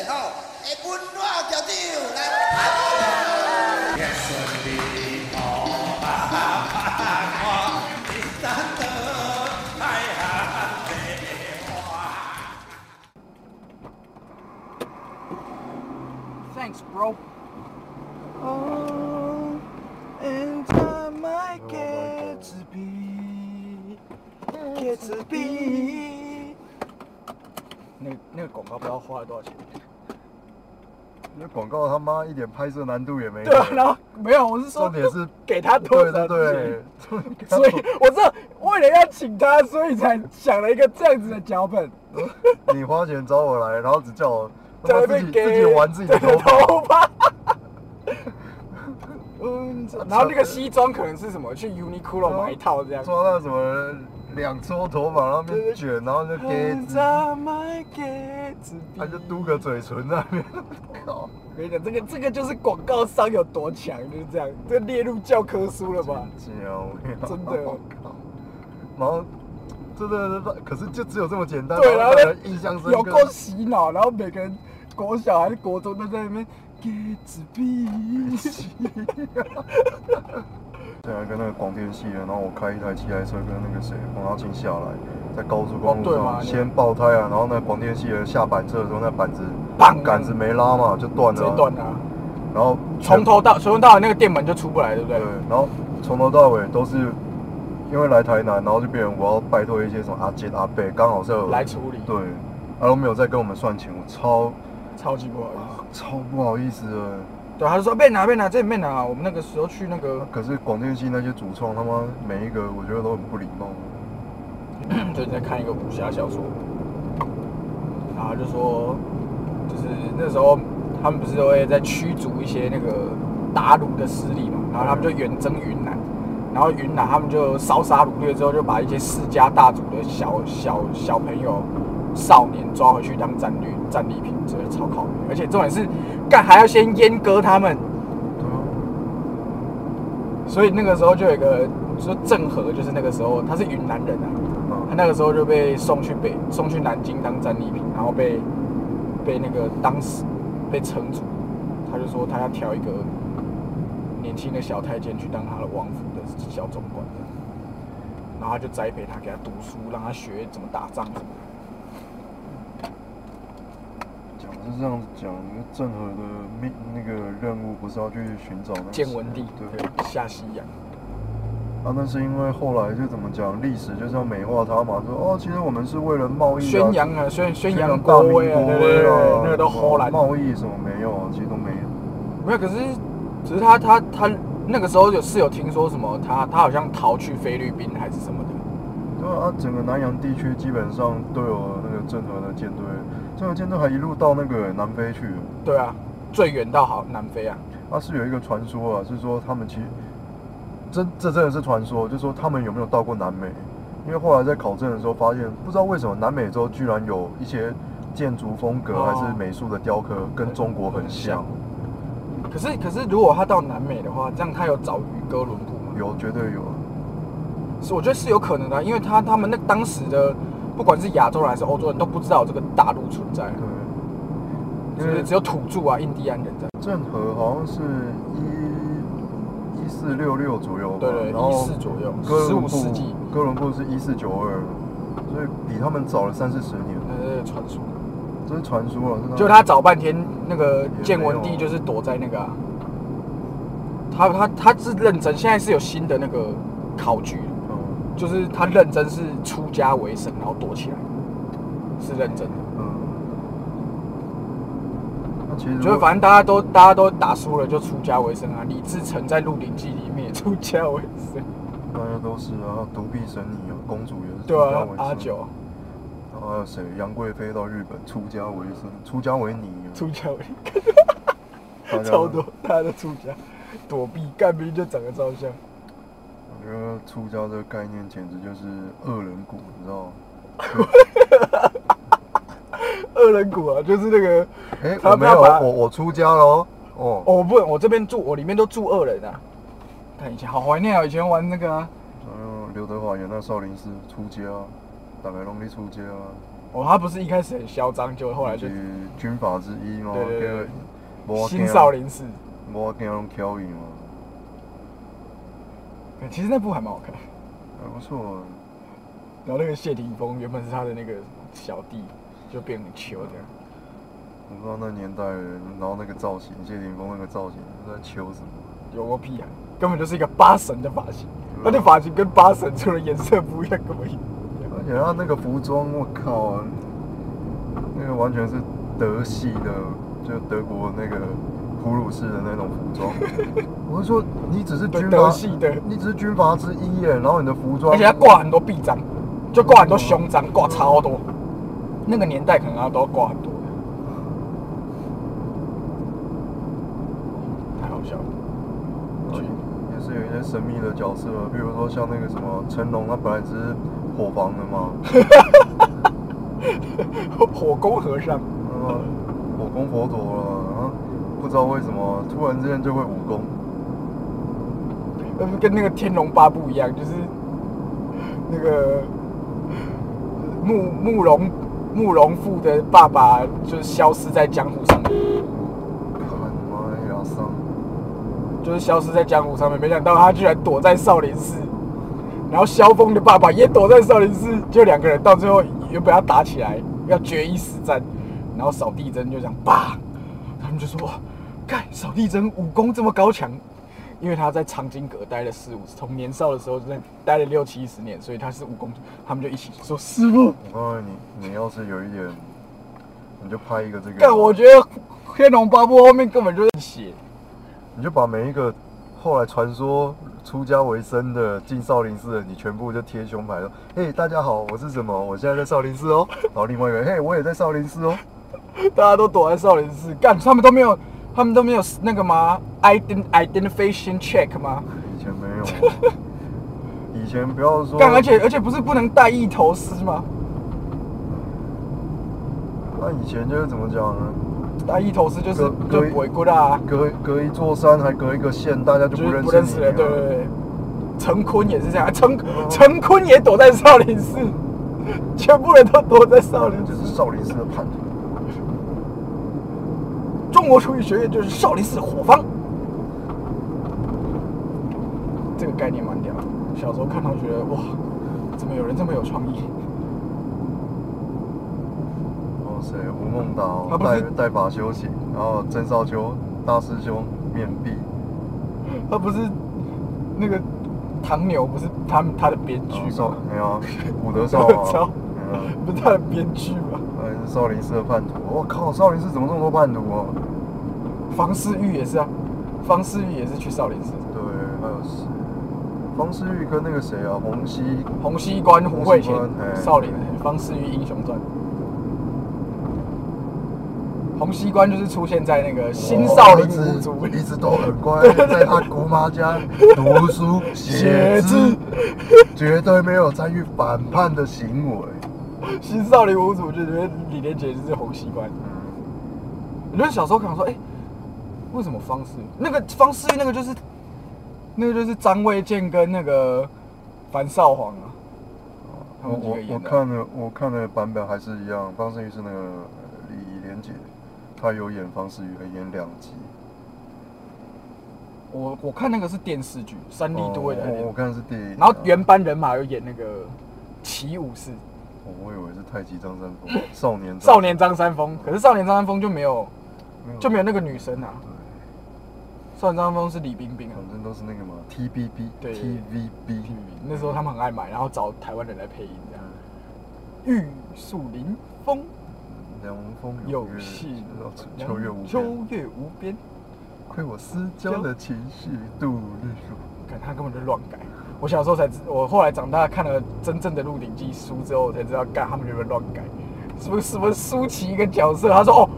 会滚我脚掌来。也顺利哦，爸爸我一山得太阳的花。 Thanks, bro. Oh, and I might get to be, get to be。那那个广告不知道花了多少钱？那广告他妈一点拍摄难度也没有。对啊，然后没有，我是说重点是给他多对少对钱？对， 所以我知道为了要请他，所以才想了一个这样子的脚本，你花钱找我来，然后只叫我在那他妈自边己给自己玩自己的 头发。头 发。嗯，然后那个西装可能是什么？去 Uniqlo 买一套这样。抓到什么两撮头发，然后面卷，然后就给，嗯他就嘟个嘴唇在那边。靠我跟你讲，这个这个就是广告商有多强，就是这样，这列入教科书了吧？真的啊我跟你讲真的 我靠然后真的，可是就只有这么简单，对，然然后让人呢印象深有够刻。洗脑，然后每个人国小还是国中都在那边给纸币， 现在啊跟那个广电系的，然后我开一台七台车跟那个谁黄大庆下来，在高速公哦路对上、嘛你先爆胎啊，然后那广电系的下板车的时候，那板子砰杆子没拉嘛，就断直了、啊接断，了，然后全啊从头到从头到尾那个店门就出不来，对不对对？，然后从头到尾都是因为来台南，然后就变成我要拜托一些什么阿杰阿贝，刚好是有来处理，对，然后没有再跟我们算钱，我超超级不好意思。超不好意思的。对，他就说被拿被拿，这里面拿。我们那个时候去那个， 可是广电系那些主创他妈每一个我觉得都很不礼貌，最近在看一个武侠小说，然后他就说，就是那时候他们不是都会在驱逐一些那个鞑虏的势力嘛，然后他们就远征云南，然后云南他们就烧杀掳掠之后，就把一些世家大族的小小小朋友、少年抓回去当战略战利品，直接超靠北而且重点是，干还要先阉割他们，对啊，所以那个时候就有一个说郑和，就是那个时候他是云南人啊，他那个时候就被送去北送去南京当战利品，然后被被那个当时被城主，他就说他要挑一个年轻的小太监去当他的王府的小总管这样，然后他就栽培他，给他读书，让他学怎么打仗什么的。讲是这样子讲，那个郑和的命那个任务不是要去寻找那个啊建文帝对对下西洋，啊，那是因为后来就怎么讲，历史就是要美化它嘛，说哦，其实我们是为了贸易、啊、宣扬啊，宣宣扬大国明威啊，哦对对威对啊，，那个都荷兰贸易什么没有啊，其实都没有。没有，可是只是他他他那个时候有是有听说什么，他他好像逃去菲律宾还是什么的，对啊，整个南洋地区基本上都有那个郑和的舰队，郑和舰队还一路到那个南非去。对啊，最远到好南非啊，啊，是有一个传说啊，是说他们其实真这真的是传说，就说他们有没有到过南美？因为后来在考证的时候发现，不知道为什么南美洲居然有一些建筑风格还是哦美术的雕刻跟中国很像，可是可是如果他到南美的话，这样他有找于哥伦布吗？有绝对有。啊是我觉得是有可能的啊、因为他他们那当时的不管是亚洲人还是欧洲人都不知道有这个大陆存在啊，对，因只为是只有土著啊印第安人在，郑和好像是一一四六六左右吧，对对然后14左右哥伦15布世纪哥伦布是一四九二，所以比他们早了三四十年，那是传说。这是传说啊了。是就他找半天，那个建文嗯也没帝有就是躲在那个、啊，他他他是认真，现在是有新的那个考据，嗯就是他认真是出家为僧，然后躲起来，是认真的。嗯，那其实嗯就是反正大家都大家都打输了就出家为僧啊，李自成在《鹿鼎记》里面也出家为僧，大家都是啊，独臂神尼啊，公主也 是对出家啊为，僧阿九，然后还有谁？杨贵妃到日本出家为僧，出家为尼啊，出家为大家超多，大家都出家，躲避干兵就长得照相。我觉得出家这个概念简直就是恶人谷，你知道吗？恶人谷啊，就是那个，哎、他我没有，他把我我出家喽。哦，哦，不，我这边住，我里面都住二人啊。看以前好怀念啊，以前玩那个啊，然后刘德华演那少林寺出家，大概拢在出家啊。哦，他不是一开始很嚣张，就后来就就是军阀之一嘛，对对对跟摩新少林寺。摩根龙 Kelly 嘛，其实那部还蛮好看。还不错。啊然后那个谢霆锋原本是他的那个小弟，就变很球这样。我不知道那年代的人，然后那个造型，谢霆锋那个造型在求什么？有个屁啊！根本就是一个八神的发型，嗯他的发型跟八神除了颜色不一样，根本一样。而且他那个服装，我靠，那个完全是德系的，就德国那个普鲁士的那种 服装。我是说，你只是军德阀系的你只是军阀之一耶，然后你的服装，而且他挂很多臂章，就挂很多胸章，挂超多。那个年代可能他都要挂很多。太好笑了。哦也是有一些神秘的角色，啊比如说像那个什么成龙，他本来只是伙房的 嘛，火攻和尚，然后火攻佛陀了，然后不知道为什么突然之间就会武功，那呃不跟那个《天龙八部》一样，就是那个慕慕容慕容复的爸爸就是消失在江湖上面，看妈哎呀伤，就是消失在江湖上面。没想到他居然躲在少林寺，然后萧峰的爸爸也躲在少林寺，就两个人到最后原本要打起来，要决一死战，然后扫地僧就讲爸，他们就说哇，看扫地僧武功这么高强。因为他在藏经阁待了四五，从年少的时候就在待了六七十年，所以他是武功，他们就一起说师傅，我告诉你，你要是有一点，你就拍一个这个，但我觉得《天龙八部》后面根本就是写，你就把每一个后来传说出家为僧的进少林寺的，你全部就贴胸牌了。嘿，大家好，我是什么？我现在在少林寺哦。 然后另外一个，嘿，我也在少林寺哦。大家都躲在少林寺干，他们都没有，他们都没有那个吗？ident identification check 吗？以前没有，以前不要说，干，而且而且不是不能戴一头丝吗？那啊以前就是怎么讲呢？戴一头丝就是隔就隔一违规啦，隔隔一座山，还隔一个县，大家啊就就不是认不识认你啊识啊哦人，对对了对。陈坤也是这样，陈陈坤也躲在少林寺，全部人都躲在少林寺就。是少林寺的叛徒。中国厨艺学院就是少林寺火方，这个概念蛮屌的。小时候看到觉得哇，怎么有人这么有创意？哇塞，哦吴孟达他哦不是带带把修行，然后郑少秋大师兄面壁，他不是那个唐牛，不是他们他的编剧然后少吗？没 有啊，武德少少啊，没有啊不是他的编剧吗？还是少林寺的叛徒。我靠，少林寺怎么这么多叛徒啊？房思玉也是啊，房思玉也是去少林寺。对，还有谁？方世玉跟那个谁啊，洪熙，洪熙官、胡慧乾洪熙官、哎少林、方世玉英雄传。洪熙官就是出现在那个新少林五祖哦我儿子一直都很乖，在他姑妈家读 书写字，绝对没有参与反叛的行为。新少林五祖就觉得李连杰就是洪熙官。我觉得小时候可能说，哎、为什么方世玉那个方世玉那个就是那个就是张卫健跟那个樊少皇啊，他我们几我个我演的啊。看了我看的版本还是一样，方世玉是那个呃李连杰，他有演方世玉，演两集。我我看那个是电视剧《三立都会》的哦那我我个，看的是电影啊。然后原班人马有演那个齐武士哦我以为是太极张三丰，少年少年张三丰，可是少年张三丰就没有就没有，有那个女生啊，少年张三丰是李冰冰啊。反正都是那个嘛，TBB 对 TVB， TVB 嗯那时候他们很爱买，然后找台湾人来配音这样。玉树临风，凉风嗯有月戏秋月无边秋月无边。亏我私交的情绪度日如，看他根本就乱改。我小时候才知，我后来长大看了真正的《鹿鼎记》书之后，我才知道，干他们原本乱改，什么什么舒淇一个角色，他说哦，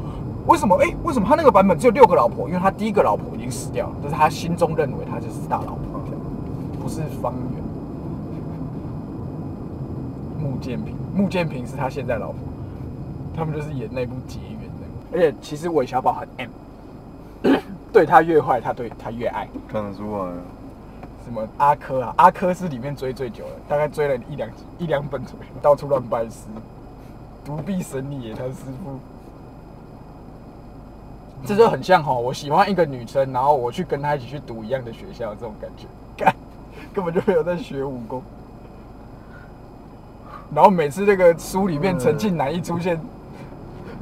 为什么？哎、为什么他那个版本只有六个老婆？因为他第一个老婆已经死掉了，就是他心中认为他就是大老婆，这样不是方圆。穆建平，穆建平是他现在老婆，他们就是演那部结缘的。而且其实韦小宝很 M，对他越坏，他对他越爱。看得出来啊。什么阿珂啊，阿珂是里面追最久了，大概追了一两集一两本左右，到处乱拜师。不必神你耶，他师傅。这就很像哈，我喜欢一个女生，然后我去跟她一起去读一样的学校，这种感觉，干，根本就没有在学武功。然后每次那个书里面嗯陈近南一出现，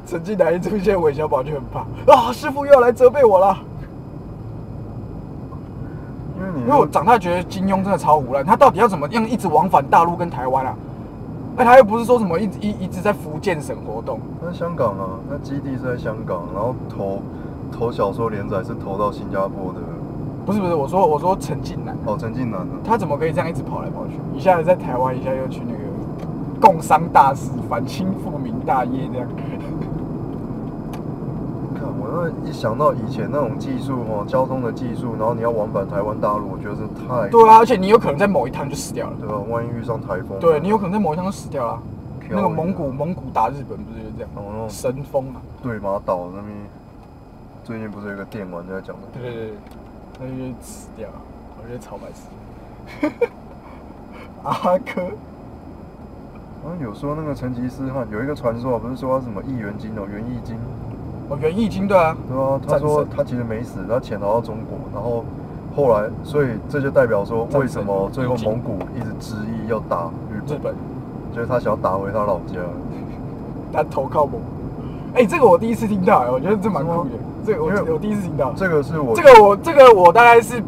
陈近南一出现，韦小宝就很怕啊，师傅又要来责备我了。因为你因为我长大觉得金庸真的超胡乱，他到底要怎么样一直往返大陆跟台湾啊？哎，他又不是说什么一直一一直在福建省活动，那香港啊，那基地是在香港，然后投投小说连载是投到新加坡的。不是不是，我说我说陈近南，哦，陈近南呢？他怎么可以这样一直跑来跑去？一下子在台湾，一下又去那个共商大使，反清复明大业这样。看我那一想到以前那种技术哦，交通的技术，然后你要往返台湾大陆，我觉得是太对啊，而且你有可能在某一趟就死掉了，对吧？万一遇上台风，对你有可能在某一趟就死掉了啊。飘那个一蒙下古蒙古打日本不是就这样然？后那种神风啊，对马岛那边，最近不是有一个电玩在讲的，对对对，那就死掉了，我觉得超白痴。阿珂。然后有说那个成吉思汗有一个传说啊，不是说他什么一元金哦，元义金，哦，园艺金对啊，对啊，他战说神他其实没死，他潜逃到中国，然后后来，所以这就代表说战为什神么最后已经蒙古一直执意要打日日本，本，就是他想要打回他老家，他投靠蒙古。哎、这个我第一次听到、哎，我觉得这蛮酷的是吗。这个因为我我第一次听到。这个是我这个我这个我大概是，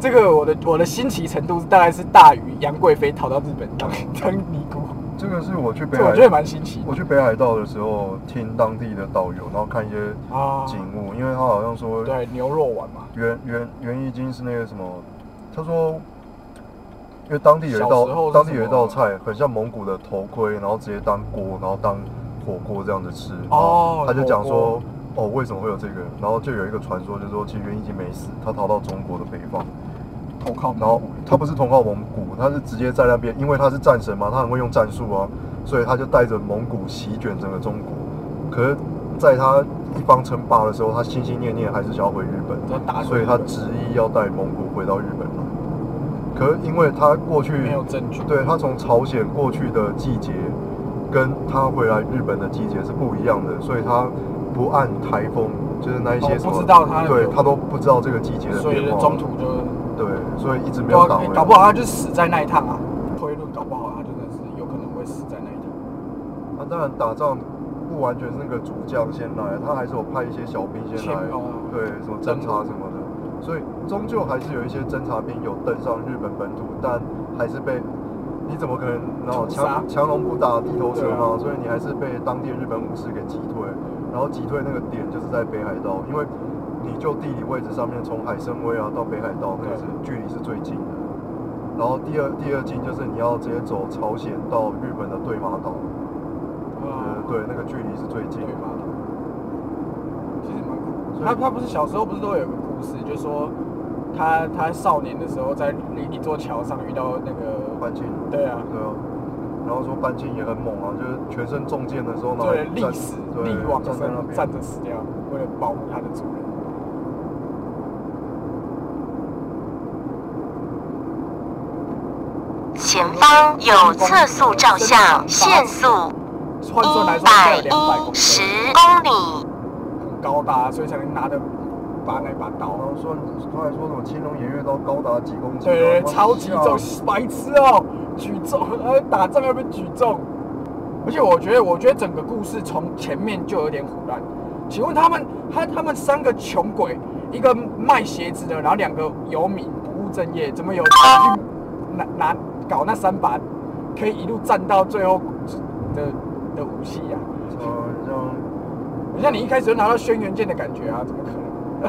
这个我的我的新奇程度大概是大于杨贵妃逃到日 本当当尼姑，这个是我去北这我觉得海，蛮新奇我去北海道的时候听当地的导游，然后看一些啊。景物，因为他好像说对，啊牛肉丸嘛，元元元义经是那个什么，他说。因为当地有一小时道候是当地有一什么道菜很像蒙古的头盔，然后直接当锅，然后当火锅这样子吃。然哦后他就讲火说，哦，为什么会有这个？然后就有一个传说，就是说其实元义经没死，他逃到中国的北方，投靠然蒙后古。他不是投靠蒙古，他是直接在那边，因为他是战神嘛，他很会用战术啊，所以他就带着蒙古席卷整个中国。可是，在他一方称霸的时候，他心心念念还是想要回日要本，打回啊所以日他本执意要带蒙古回到日本来。可是因为他过去没有证据对他从朝鲜过去的季节，跟他回来日本的季节是不一样的，所以他不按台风，就是那一些哦什么，不知道他有对他都不知道这个季节的所以变就化。中途就对，所以一直没搞有打回来。搞不好他就死在那一趟啊。推论搞不好他真的是有可能会死在那一趟。那啊当然打仗不完全是那个主将先来，他还是有派一些小兵先来前锋啊，对，什么侦察什么的，所以终究还是有一些侦察兵有登上日本本土，但还是被。你怎么可能？然后屠杀强强龙不打地头蛇对嘛，啊所以你还是被当地的日本武士给击退。然后击退那个点就是在北海道，因为你就地理位置上面，从海参崴啊到北海道，那个是距离是最近的。然后第二第二近就是你要直接走朝鲜到日本的对马岛，呃，对，那个距离是最近对的。吧？其实蛮酷所以的。他他不是小时候不是都有个故事，就说他他少年的时候在一一座桥上遇到那个，半径，对啊，对啊。然后说半径也很猛啊，就是全身中箭的时候，然后对历站史对力往站生在那边，站着死掉，为了保护他的主人。前方有测速照相，限速换算来说一应该百有两百公一十分，公里。很高大，所以才能拿着把那把刀然。后说刚才说什么青龙偃月刀高达几公斤啊，对，他妈超级吓重，白痴哦、举重，呃，打仗要被举重。而且我觉得，我觉得整个故事从前面就有点胡乱。请问他们，他他们三个穷鬼，一个卖鞋子的，然后两个游民不务正业，怎么有钱去拿拿搞那三把，可以一路战到最后的的武器呀、啊？什么像很像你一开始就拿到轩辕剑的感觉啊，怎么可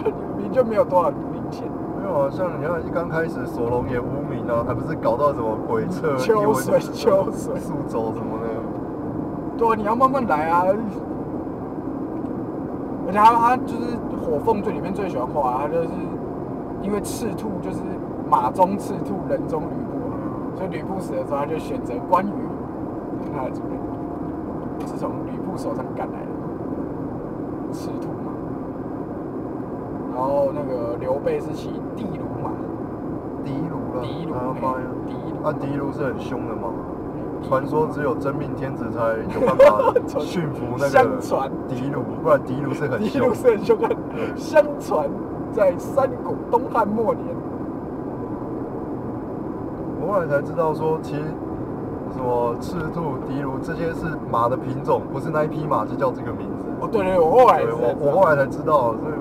能？ 你就没有多少零钱。没有啊，像你看一刚开始索隆也无名啊，还不是搞到什么 鬼彻、秋水一文秋水速走什 么的，对啊，你要慢慢来啊。而且他他就是火凤最里面最喜欢画、啊，他就是因为赤兔就是马中赤兔，人中吕布啊，嗯所以吕布死的时候，他就选择关羽当他的主人，是从吕布手上赶来的赤兔嘛。然后那个刘备是骑地卢马，迪卢啊，迪卢还要嘿发呀迪卢啊，迪卢是很凶的嘛，传说只有真命天子才有办法 传驯服那相个传狄鲁，不然狄鲁是很一凶路。是很凶悍。相传在三国东汉末年，我后来才知道说，其实什么赤兔、狄卢这些是马的品种，不是那一匹马就叫这个名字。哦，对对，对我后来对我我后来才知道，所以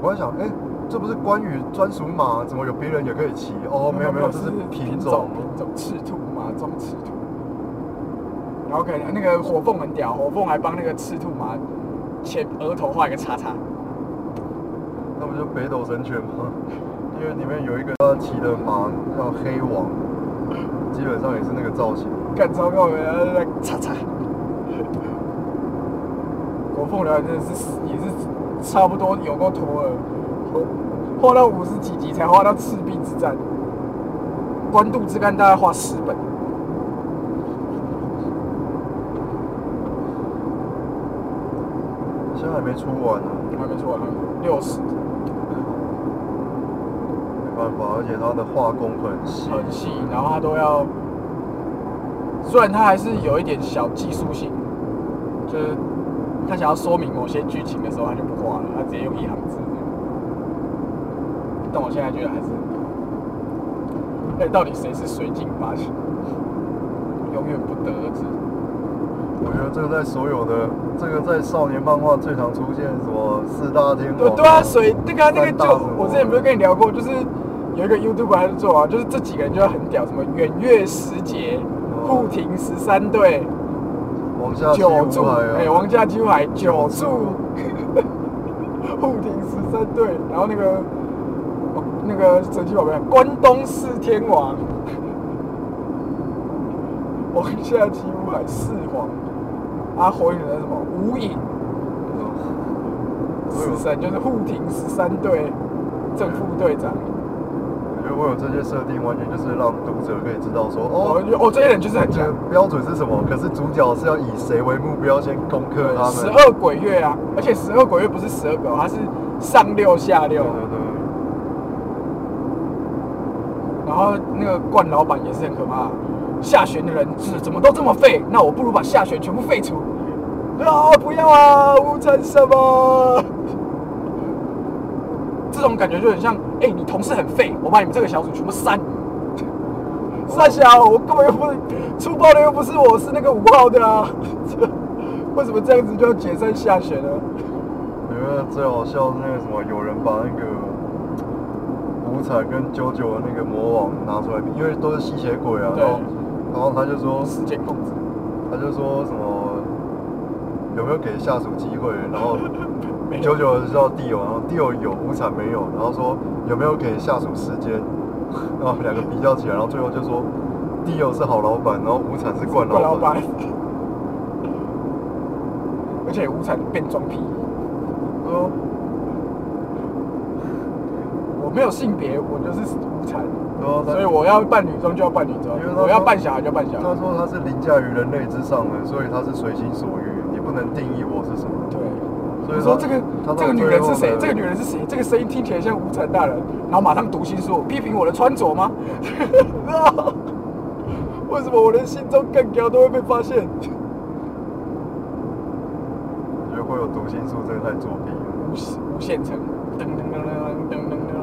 我在想，哎、这不是关羽专属马，怎么有别人也可以骑？哦，没有没有，这是品种。品种赤兔马中赤兔，然后可能那个火凤很屌，火凤还帮那个赤兔马前额头画一个叉叉，那不就北斗神拳吗？因为里面有一个他骑的马叫黑王，基本上也是那个造型。干糟糕，然后在叉叉。火凤燎原真的是也是差不多有够拖了，画到五十几集才画到赤壁之战，官渡之战大概画十本。现在还没出完呢、还没做完，六十，没办法，而且他的画工很细。很细，然后他都要，虽然他还是有一点小技术性，就是他想要说明某些剧情的时候，他就不画了，他直接用一行字这样。但我现在觉得还是，哎、到底谁是水镜八旬，永远不得而知。我觉得这个在所有的这个在少年漫画最常出现什么四大天对王、对啊，水那个啊那个三大就魔王我之前不是跟你聊过，就是有一个 YouTube 还是做啊，就是这几个人就要很屌，什么远月时节、哦护庭十三队、王哎下七九五柱，海啊，哎，王家九海九柱，护庭十三队，然后那个哦那个神奇宝贝关东四天王，王家七五海四皇，啊，火影忍者什么无影。死神就是护庭十三队正副队长，我觉得我有这些设定，完全就是让读者可以知道说，哦哦，哦，这些人就是很这强个，标准是什么？可是主角是要以谁为目标先攻克他们？十二鬼月啊，而且十二鬼月不是十二个哦，它是上六下对六，对对，然后那个冠老板也是很可怕，下旋的人是怎么都这么废，那我不如把下旋全部废除，啊不要啊，无成什么？这种感觉就很像，哎、你同事很废，我把你们这个小组全部删。三小，我根本又不是粗暴的，又不是我，是那个五号的啊。为什么这样子就要解散下雪呢？我觉得最好笑是那个什么，有人把那个五彩跟九九的那个魔王拿出来比，因为都是吸血鬼啊，对然后然后他就说，时间控制，他就说什么有没有给下属机会，然后九九知道地友，然后地友有无产没有，然后说有没有给下属时间，然后两个比较起来，然后最后就说地友是好老板，然后无产是惯怪老老板板，，而且无产变装癖。说我没有性别，我就是无产，说他所以我要扮女装就要扮女装因为他，说我要扮小孩就扮小他孩。说他是凌驾于人类之上的，所以他是随心所欲，你不能定义我是什么。对，所以我他说这个他到这个女最人后是谁呢？这个女人是谁？这个声音听起来像无产大人，然后马上读心术，批评我的穿着吗？ 为什么我连心中更高都会被发现？我觉得会有读心术，真的太作弊了。无限无限城，噔噔噔噔噔噔噔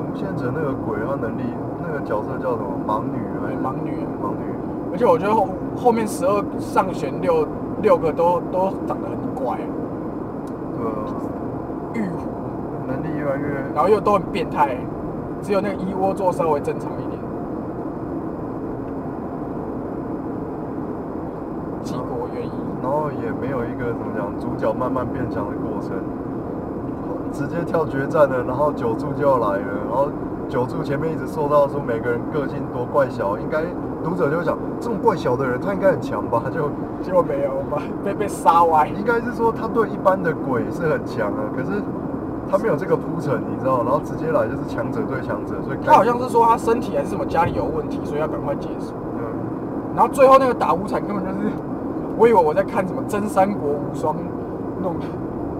无限者那个鬼，他能力那个角色叫什么？盲女还是盲女啊盲女，而且我觉得后后面十二上弦六六个都都长得很怪，啊呃，玉虎，能力越来越然后又都很变态，只有那个一窝座稍微正常一点。齐国愿意，然后也没有一个怎么讲，主角慢慢变强的过程，直接跳决战了，然后九柱就要来了，然后九柱前面一直受到说每个人个性多怪小，应该读者就会想，这种怪小的人他应该很强吧？就结果没有，我们被被杀歪。应该是说他对一般的鬼是很强啊，可是他没有这个铺陈，你知道，然后直接来就是强者对强者，所以他好像是说他身体还是什么家里有问题，所以要赶快解除。嗯，然后最后那个打无惨根本就是，我以为我在看什么《真三国无双》，那种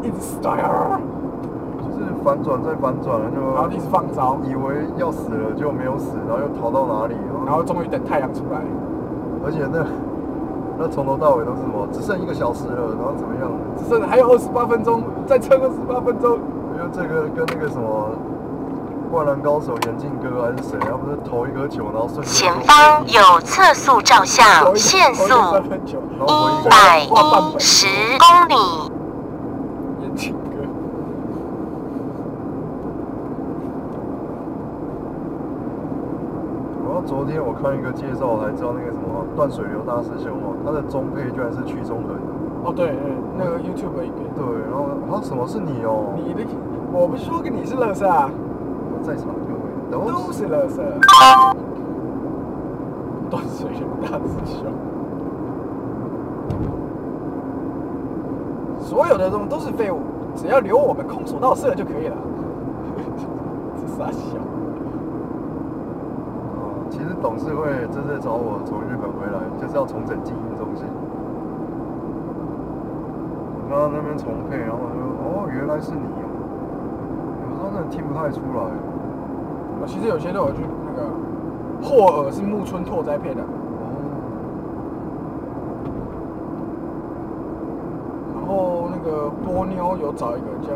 一直打，就是反转再反转了，然后就一直放招，以为要死了，结果没有死，然后又逃到哪里？然后终于等太阳出来，而且那那从头到尾都是什么，只剩一个小时了，然后怎么样？只剩还有二十八分钟，再撑二十八分钟。我觉得这个跟那个什么《灌篮高手》严靖哥还是谁，他不是投一颗球，然后瞬间前方有测速照相限速三分球，然后回一一个百一十公里，眼镜哥。然后昨天我看一个介绍才知道那个什么断水流大师兄哦，他的中配居然是屈中恒。哦，对，对那个 YouTube 的影片，对，然后他什么是你哦？你的我不是说跟你是乐色啊，在场各位都都是是乐色。断水人大师兄，所有的东西都是废物，只要留我们空手道社就可以了。 这傻笑。哦其实董事会这次找我从日本回来，就是要重整经营中心。然后那边重配，然后我就哦，原来是你哦。有时候真的听不太出来。我其实有些都有去那个霍尔是木村拓哉配的，哦，然后那个波妞有找一个叫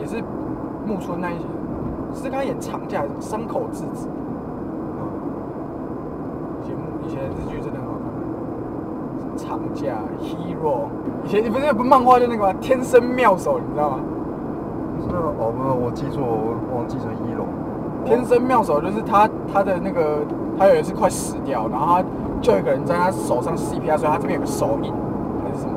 也是木村那一些，是跟他演长假还是山口智子，以前以前日剧真的很好看，长假 Hero，以前不是不是漫画就那个吗？天生妙手，你知道吗？是那个哦，不是我记错，我忘记成一龙。天生妙手就是他他的那个他有一次快死掉，然后他就有一个人在他手上 CPR，所以他这边有个手印还是什么，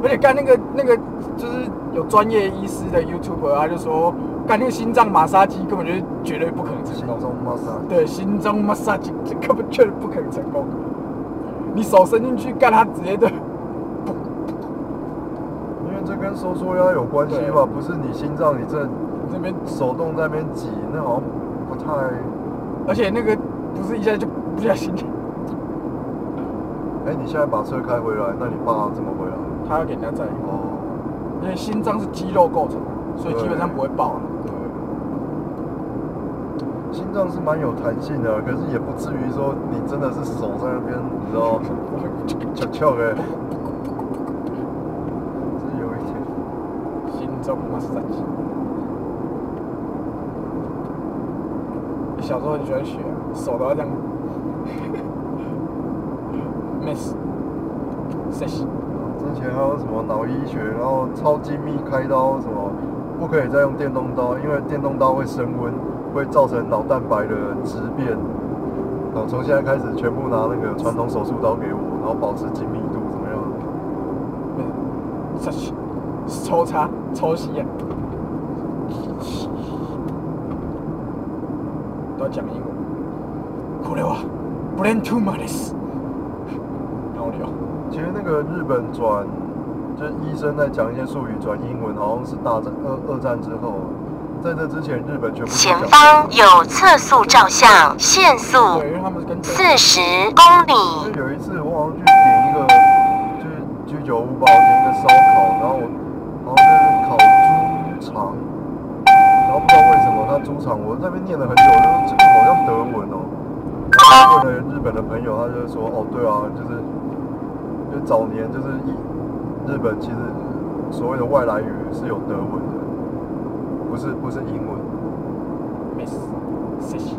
而且干那个那个就是有专业医师的 YouTuber，他就说干那个心脏马杀鸡根本就是绝对不可能成哦心功，中 m a s 对，心脏马杀鸡这根本绝对不可能成功，你手伸进去干他直接的，因为这跟收缩压有关系吧？对不是你心脏你这你这边，手动在那边挤，那好像不太。而且那个不是一下就不小心，哎、你现在把车开回来，那你爸怎么回来？他要给人家载，哦，因为心脏是肌肉构成的，所以基本上不会爆啊。对，心脏是蛮有弹性的，可是也不至于说你真的是手在那边，你知道，翘翘的，是有一点。心中马杀鸡。小时候很喜欢学、啊，手都要这样。miss，谁洗？之前还有什么脑医学，然后超精密开刀什么，不可以再用电动刀，因为电动刀会升温，会造成脑蛋白的质变。然后从现在开始，全部拿那个传统手术刀给我，然后保持精密度怎么样？谁洗？抽插、抽吸啊！都要讲英文。啊これはブレントゥマです。好聊。其实那个日本转，就是医生在讲一些术语转英文，好像是大战二二战之后，在这之前日本全部都讲前方有测速照相限速对，因为他们是跟德四十公里。就有一次我好像去点一个，就是居酒屋吧，我点一个烧烤，然后我好像在烤猪肠，然后不知道为什么它猪肠，我在那边念了很久，就是这个好像德文哦。然后问了日本的朋友，他就说哦，对啊，就是就早年就是一日本其实所谓的外来语是有德文的，不是不是英文。 miss 谢谢。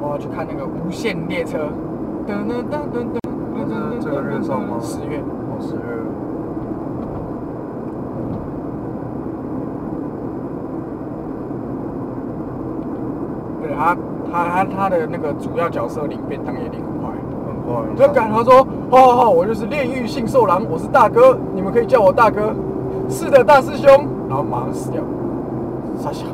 我要去看那个《无限列车》。噔噔噔噔噔嗯是这个月上吗十月。哦，是。对他，他他他的那个主要角色领便当也领很快。很快。我就感他说，好好好，我就是炼狱性兽狼，我是大哥，你们可以叫我大哥。是的，大师兄。然后马上死掉。傻笑。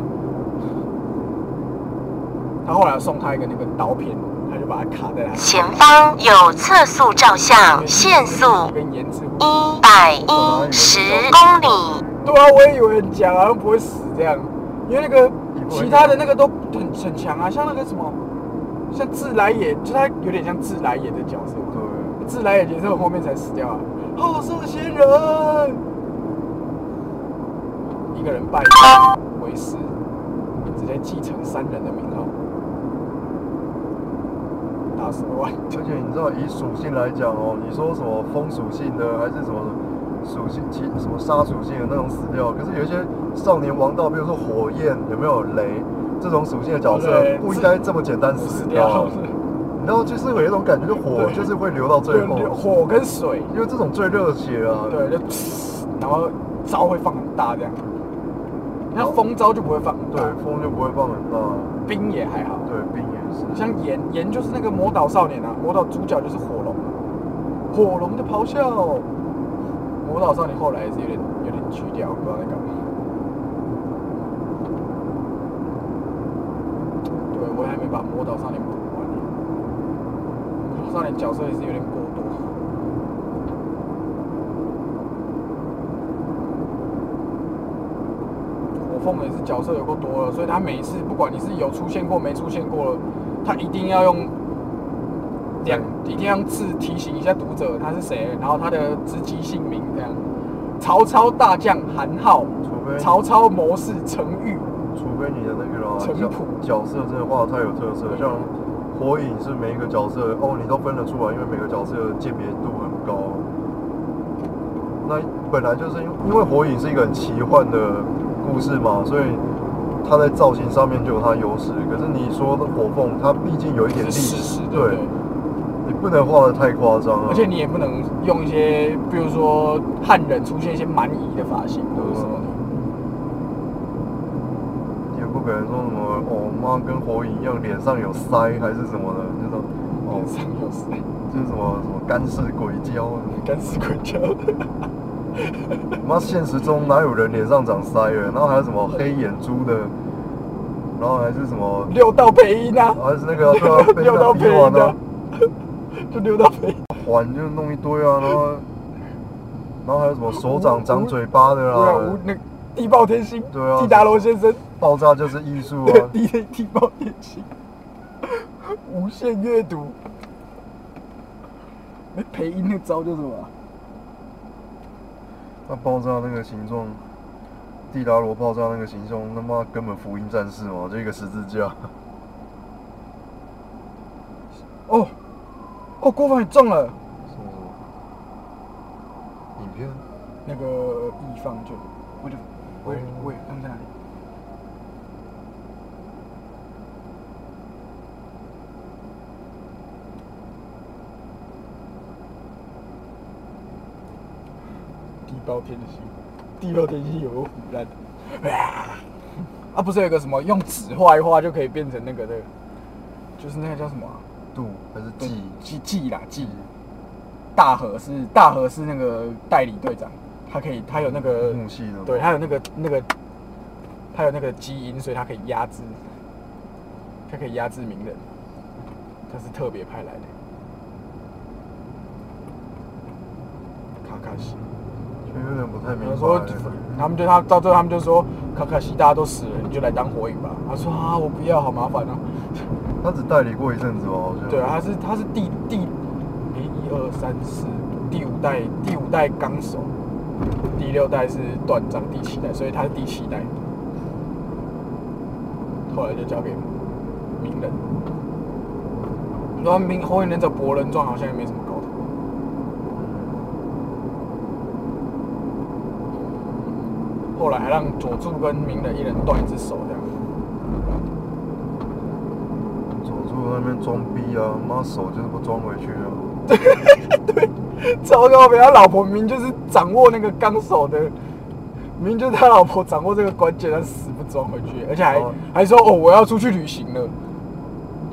他后来送他一个那个刀片，他就把它卡在他前方有测速照相限速跟颜值。一百一十公里。对啊，我也以为很强啊，又不会死这样，因为那个其他的那个都很很强啊，像那个什么，像自来也，就他有点像自来也的角色，对。自来也角色哦后面才死掉啊，好色仙人，一个人拜他为师，直接继承三人的名号，大蛇丸。而且你知道，以属性来讲哦，你说什么风属性的，还是什么属性其什么沙属性的那种死掉，可是有一些少年王道，比如说火焰，有没有雷这种属性的角色对，不应该这么简单死死掉掉。你知道，就是有一种感觉，就火对就是会流到最后对，火跟水，因为这种最热血啊。对，就噗然后招会放很大这样。那风招就不会放很对大，，风就不会放很大，冰也还好。对，冰也是。像岩岩就是那个魔导少年啊，魔导主角就是火龙，火龙的咆哮。魔导少年后来也是有点有点曲调，不知道在干嘛。对，我也还没把魔导少年补完呢。魔导少年角色也是有点过多。火凤也是角色有够多了，所以他每一次不管你是有出现过没出现过了，他一定要用两一定要用字提醒一下读者他是谁，然后他的职级姓名这样。曹操大将韩浩，除非曹操谋士程昱，除非你的那个啦，淳角朴角色真的画得太有特色，像火影是每一个角色哦，你都分得出来，因为每个角色的鉴别度很高。那本来就是因为因为火影是一个很奇幻的故事嘛，所以它在造型上面就有它的优势。可是你说的火凤，它毕竟有一点历是事实史，对不对？你不能画的太夸张啊。而且你也不能用一些，比如说汉人出现一些蛮夷的发型或者什么的，也不可能说什么哦，妈跟火影一样脸上有腮还是什么的，那种哦脸，上有是就是什么什么干式鬼胶。干死鬼叫的，妈，现实中哪有人脸上长腮的？然后还有什么黑眼珠的，然后还是什么，六道配音啊，，还是那个对啊被六道他配逼音完啊了，，就六道配音。环就弄一堆啊，然后，然后还有什么手掌长嘴巴的对啊，无啦，那个地爆天星，对啊地达罗先生，爆炸就是艺术对 啊，地地爆天星，无限阅读。那配音那招叫什么啊？那爆炸那个形状，地达罗爆炸那个形状，他妈根本福音战士嘛，就一个十字架，哦，哦，郭帆你中了什么什么影片，那个乙方就，我就，我我他们在哪里？地包天星，地包天星有个腐烂的，啊，不是有个什么用纸画一画就可以变成那个的，就是那个叫什么啊、度还是对记？记记啦记。大河是大河是那个代理队长，他可以他有那个嗯木系的吗对，他有那个那个他有那个基因，所以他可以压制，他可以压制鸣人，他是特别派来的。卡卡西，就有点不太明他白欸说。他们就他到最后他们就说卡卡西大家都死了，你就来当火影吧。他说啊我不要，好麻烦啊。他只代理过一阵子吧，好像。对啊，他是他是第第诶一二三四第五代第五代纲手，第六代是断章，第七代，所以他是第七代。后来就交给鸣人。你说鸣火影忍者博人传好像也没什么搞头。后来还让佐助跟鸣人一人断一只手这样。佐助那边装逼啊，妈手就是不装回去啊。糟糕，被他老婆明明就是掌握那个纲手的，明明就是他老婆掌握这个关键，他死不装回去，而且还、哦还说哦我要出去旅行了，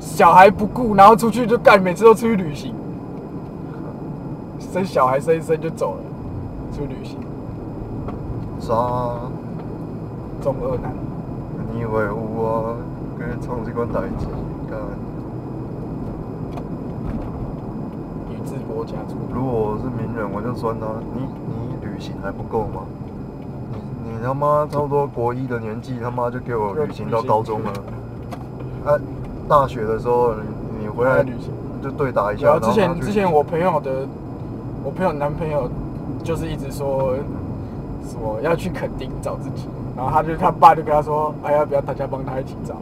小孩不顾，然后出去就干，每次都出去旅行，生小孩生一生就走了，出去旅行，渣，中二男，你会有啊？跟你唱这款代志，干。宇智波家族，如果我是名人，我就酸他。你你旅行还不够吗？你嗯你他妈差不多国一的年纪，他妈就给我旅行到高中了。啊，大学的时候你你回来还旅行就对打一然下。后之然后前他去之前我朋友的，我朋友男朋友就是一直说什么要去垦丁找自己，然后他就他爸就跟他说，哎呀，不要大家帮他一起找，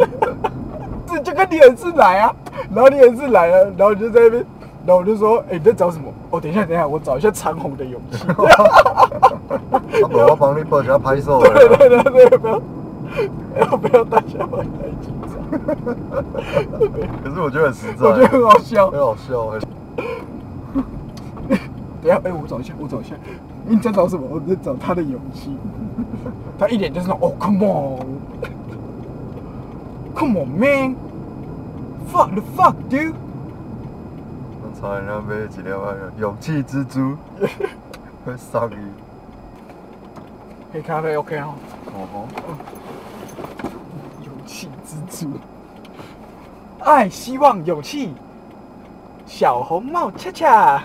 这就跟你很自来啊，然后你很自来啊，然后你就在那边，然后我就说，哎、你在找什么？哦，等一下，等一下，我找一下长虹的勇气。 他爸爸帮你帮人家拍手 对了，对对对，不要，要 不要大家帮他一起找？可是我啊觉得很实在，我觉得很好笑。很好笑哎、等一下，哎、我找一下，我找一下。你在找什么？我在找他的勇气。 他一脸就是那种，哦，come on，come on man，fuck the fuck dude。我操，人家买几两万元，勇气之 珠，会上瘾。黑咖啡 OK 哦，哦吼，勇气之主，爱、希望、勇气，小红帽恰恰。